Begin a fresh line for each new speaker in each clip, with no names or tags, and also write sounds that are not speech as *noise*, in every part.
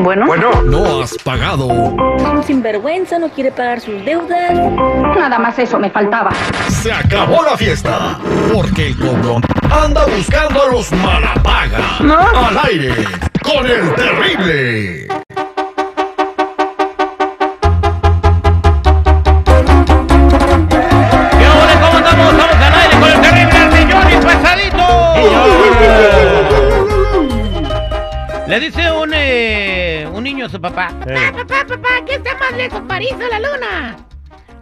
Bueno,
Bueno.
No has pagado.
Un sinvergüenza no quiere pagar sus deudas.
Nada más eso me faltaba.
Se acabó la fiesta. Porque el cobrón anda buscando a los malapaga.
¿No?
Al aire. Con el terrible.
¿Qué hora? ¿Cómo estamos? Estamos al aire con el terrible Armillón y
*laughs*
Pesadito. Le dice un, eh, un niño a su papá. "Ah,
Eh.
Papá, papá, papá, ¿qué está más lejos París de la luna?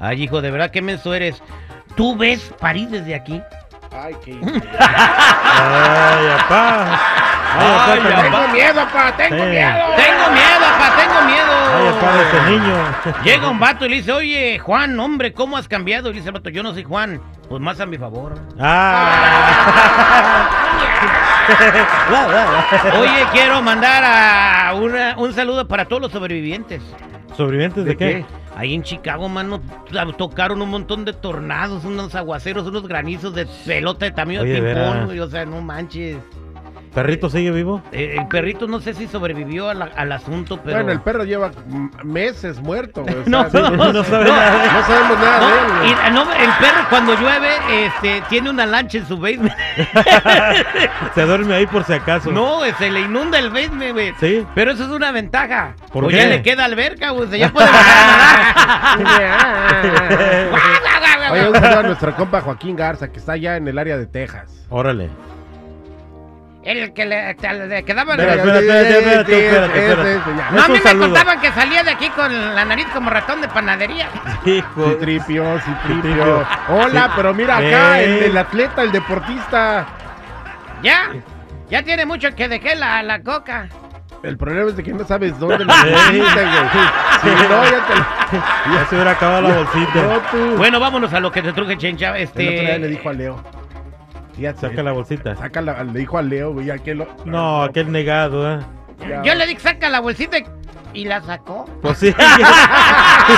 Ay, hijo, de verdad, qué menso eres. ¿Tú ves París desde aquí? *laughs*
Ay, apá. Ay, apá,
Ay,
tan-
apá.
miedo, papá, tengo
Sí.
Tengo miedo, papá, tengo miedo.
ay, apá de ese niño.
*laughs* Llega un vato y le dice, oye, Juan, hombre, ¿cómo has cambiado? Y le dice el vato, yo no soy Juan, pues más a mi favor.
Ah. La, la,
*laughs* Oye, quiero mandar a una- un saludo para todos los sobrevivientes.
la. ¿Sobrevivientes de, qué?
Ahí en Chicago, mano, to- tocaron un montón de tornados, unos aguaceros, unos granizos de pelota de tamaño de
Oye,
ping-pong,
veras.
güey, o sea, no manches.
¿Perrito sigue vivo?
Eh, el perrito no sé si sobrevivió a la- al asunto, pero...
Bueno, el perro lleva mm, meses muerto. güey, o
*laughs*
sea,
No,
sí,
no,
No sabe nada.
*laughs* no sabemos nada
No,
de él. güey.
y- ah, no, el perro cuando llueve este, tiene una lancha en su basement. *laughs*
Se duerme ahí por si acaso.
No, güey, se le inunda el basement, güey.
¿Sí?
Pero eso es una ventaja.
¿Por
Pues
qué?
ya le queda alberca, güey.
*laughs*
se Ya puede nadar.
Oye, un saludo a nuestro compa Joaquín Garza, que está allá en el área de Texas.
Órale.
*laughs* El que le, te- le quedaban.
Espera, espera, espérate, espérate, espérate, espérate.
Ese, ese, ya.
No, a mí
es un
me
saludo. *laughs*
contaban que salía de aquí con la nariz como ratón de panadería.
Hijo.
Citripio, Citripio.
Citripio.
Hola,
Sí.
pero mira acá,
Ey.
el, el atleta, el deportista.
Ya, ya tiene mucho que dejé la, la coca.
El problema es de que no sabes dónde lo
Ey.
metiste, güey. Si no, ya te
*laughs*
lo-
Ya se hubiera acabado la
No,
bolsita.
tú.
Bueno, vámonos a lo que te truje, chencha.
El otro día
Este.
le dijo a Leo. Fíjate,
eh, Saca la bolsita.
saca la- le dijo a Leo, güey, aquel.
No, aquel negado, ¿eh?
ya.
Yo le dije, saca la bolsita y- y la sacó.
Pues sí. *laughs* Ya,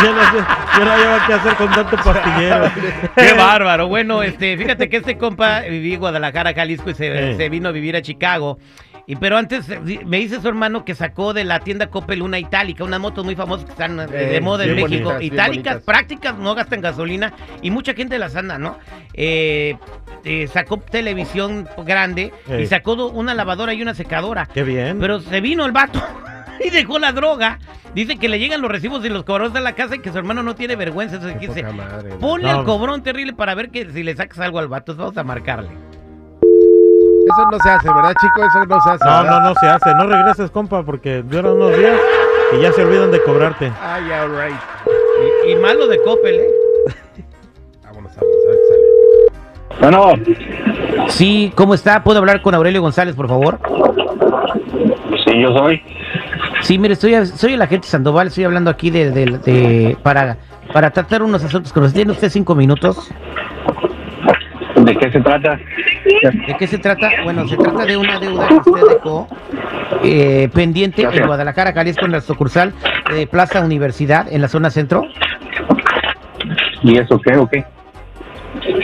ya no sé, ya no lleva qué hacer con tanto pastillero.
*laughs*
Qué bárbaro. Bueno, este, fíjate que este compa vivía en Guadalajara, Jalisco, y se,
Sí.
se vino a vivir a Chicago. Y pero antes eh, di- me dice su hermano que sacó de la tienda Coppel una itálica, unas motos muy famosas que están eh, de
Eh,
moda en
bien
México.
bonitas, bien
itálicas,
bonitas.
prácticas, no gastan gasolina y mucha gente las anda, ¿no? Eh, eh, sacó televisión grande y
Ey.
sacó do- una lavadora y una secadora.
Qué bien.
Pero se vino el vato *laughs* y dejó la droga. Dice que le llegan los recibos de los cobradores de la casa y que su hermano no tiene vergüenza. Entonces,
Qué
dice,
poca madre, güey.
Ponle
No.
al cobrón terrible para ver que si le sacas algo al vato. Vamos a marcarle.
Eso no se hace, ¿verdad, chico? Eso no se hace.
No,
¿verdad?
no, no se hace. No regreses, compa, porque duran unos días y ya se olvidan de cobrarte.
Ay, all right.
Y, y malo de Coppel, ¿eh?
Vámonos, vámonos, a ver qué sale.
Bueno,
Sí, ¿cómo está? ¿Puedo hablar con Aurelio González, por favor?
sí, yo soy.
Sí, mire, soy, soy el agente Sandoval. Estoy hablando aquí de, de- de- para, para tratar unos asuntos con usted. ¿Tiene usted cinco minutos?
¿De qué se trata?
¿De qué se trata? Bueno, se trata de una deuda que usted dejó eh, pendiente en Guadalajara, Jalisco, en la sucursal de Plaza Universidad, en la zona centro.
¿Y eso qué o qué?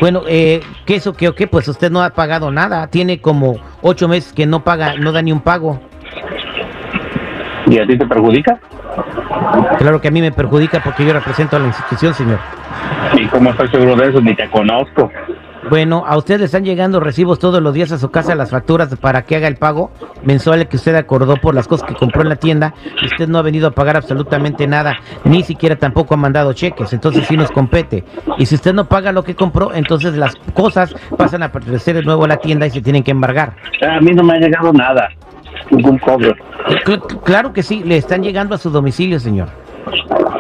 Bueno, eh, ¿qué eso qué o qué? Pues usted no ha pagado nada. Tiene como ocho meses que no paga, no da ni un pago.
¿Y a ti te perjudica?
Claro que a mí me perjudica porque yo represento a la institución, señor.
¿Y cómo estoy seguro de eso? Ni te conozco.
Bueno, a usted le están llegando recibos todos los días a su casa las facturas para que haga el pago mensual que usted acordó por las cosas que compró en la tienda y usted no ha venido a pagar absolutamente nada, ni siquiera tampoco ha mandado cheques, entonces sí nos compete. Y si usted no paga lo que compró, entonces las cosas pasan a pertenecer de nuevo a la tienda y se tienen que embargar.
A mí no me ha llegado nada. Ningún cobro.
Eh, cl- claro que sí, le están llegando a su domicilio, señor.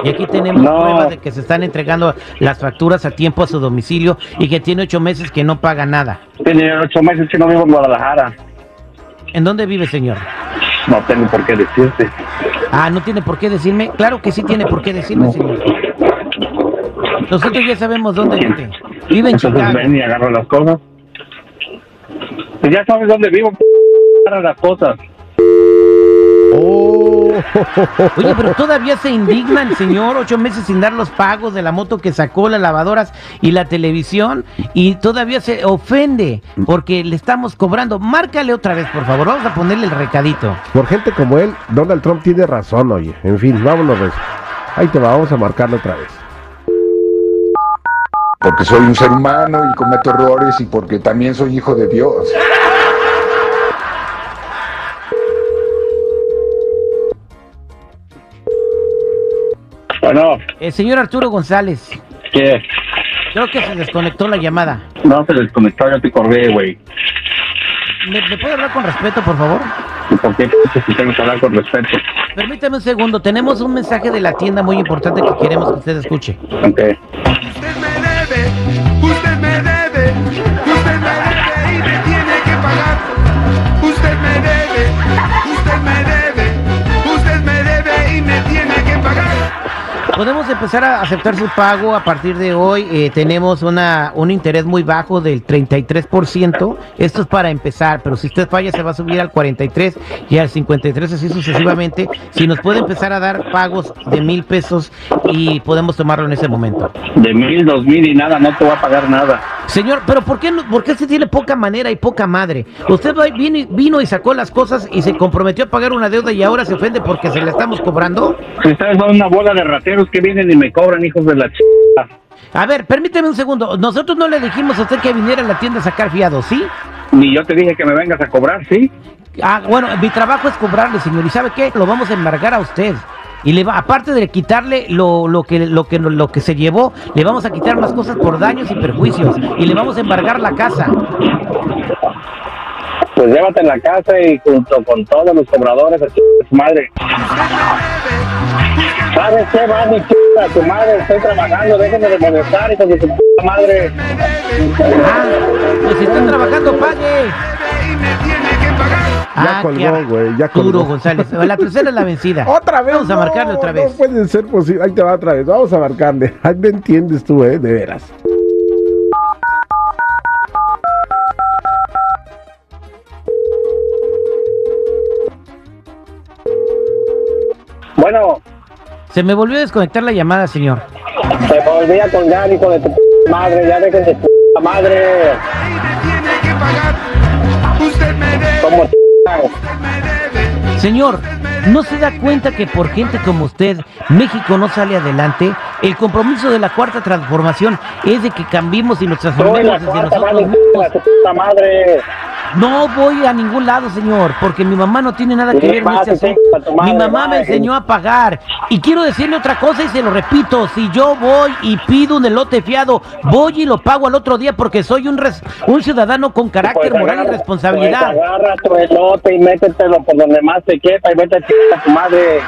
Y aquí tenemos
No.
pruebas de que se están entregando las facturas a tiempo a su domicilio y que tiene ocho meses que no paga nada.
Tiene ocho meses que no vivo en Guadalajara.
¿En dónde vive, señor?
No tengo por qué decirte.
Ah, no tiene por qué decirme. Claro que sí tiene por qué decirme, señor. Nosotros ya sabemos dónde vive. Vive en
Entonces
Chicago.
ven y agarro las cosas. Pues ya sabes dónde vivo. p- Agarra las cosas.
Oh,
Oye, pero todavía se indigna el señor, ocho meses sin dar los pagos de la moto que sacó, las lavadoras y la televisión, y todavía se ofende porque le estamos cobrando. Márcale otra vez, por favor, vamos a ponerle el recadito.
Por gente como él, Donald Trump tiene razón, oye. En fin, vámonos, Rezo. Ahí te va, vamos a marcarlo otra vez.
porque soy un ser humano y cometo errores y porque también soy hijo de Dios.
Bueno,
El Eh, señor Arturo González,
¿qué?
creo que se desconectó la llamada.
No, se desconectó, yo te corrí, güey.
¿Me, me puede hablar con respeto, por favor?
¿Y por qué pinches si tengo que hablar con respeto?
Permítame un segundo, tenemos un mensaje de la tienda muy importante que queremos que usted escuche.
Ok.
Usted me debe, usted me debe, usted me debe y me tiene que pagar. Usted me debe, usted me debe, usted me debe y me tiene que pagar.
Podemos empezar a aceptar su pago a partir de hoy. eh, tenemos una, un interés muy bajo del 33%. Esto es para empezar, pero si usted falla se va a subir al 43 y al 53 así sucesivamente. Si nos puede empezar a dar pagos de mil pesos y podemos tomarlo en ese momento.
De mil, dos mil y nada, no te voy a pagar nada.
Señor, pero ¿por qué, no- por qué se tiene poca manera y poca madre? Usted va- vino, y- vino y sacó las cosas y se comprometió a pagar una deuda y ahora se ofende porque se la estamos cobrando.
Si ustedes son una bola de rateros que vienen y me cobran, hijos de la ch...
A ver, permíteme un segundo. Nosotros no le dijimos a usted que viniera a la tienda a sacar fiado, ¿sí?
Ni yo te dije que me vengas a cobrar, ¿sí?
Ah, bueno, mi trabajo es cobrarle, señor. ¿Y sabe qué? Lo vamos a embargar a usted. Y le va, aparte de quitarle lo, lo que lo que lo que se llevó, le vamos a quitar más cosas por daños y perjuicios y le vamos a embargar la casa.
Pues llévate en la casa y junto con todos los cobradores a ch... su madre. ¿Sabes qué, va mi ch... a tu madre? Estoy trabajando, déjenme de molestar, hijos de su puta madre.
Ah, pues si está trabajando, pague.
Debe y me tiene que pagar.
Ya
Ah,
colgó,
qué
güey, ya
Arturo
colgó.
González. La tercera es la vencida.
*laughs* Otra vez.
Vamos a
no,
marcarle otra vez.
No puede ser posible. Ahí te va otra vez. Vamos a marcarle. Ahí me entiendes tú, ¿eh? De veras.
Bueno,
Se me volvió a desconectar la llamada, señor.
te volví a colgar, hijo de tu puta madre, ya dejen de su puta madre.
Y me tiene que pagar. Usted me debe,
Como ch...
usted me debe.
Señor, ¿no se da cuenta que por gente como usted México no sale adelante? El compromiso de la cuarta transformación es de que cambiemos y nos
Soy
transformemos
la
desde
cuarta,
nosotros
vale, hijo
mismos.
de tu puta madre.
No voy a ningún lado, señor, porque mi mamá no tiene nada que
Sí,
ver con
vas,
este
sí,
asunto.
a tu
Mi
madre,
mamá me
vas.
enseñó a pagar. Y quiero decirle otra cosa y se lo repito. Si yo voy y pido un elote fiado, voy y lo pago al otro día porque soy un, res- un ciudadano con carácter
Pues
moral y
agarra-
responsabilidad.
pues agarra tu elote y métetelo por donde más te quepa y vete a chingar a tu madre.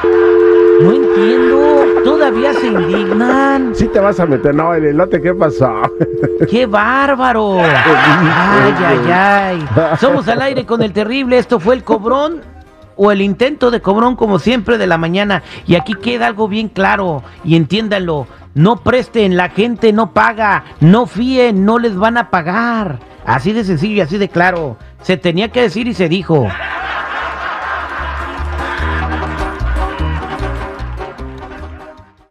No entiendo. Todavía se indignan.
Sí te vas a meter. No, el elote, ¿qué pasó?
¡Qué bárbaro! ¡Ay, ay, ay! Somos al aire con el terrible. Esto fue el cobrón o el intento de cobrón, como siempre, de la mañana. Y aquí queda algo bien claro. Y entiéndanlo: no presten, la gente no paga, no fíen, no les van a pagar. Así de sencillo y así de claro. Se tenía que decir y se dijo.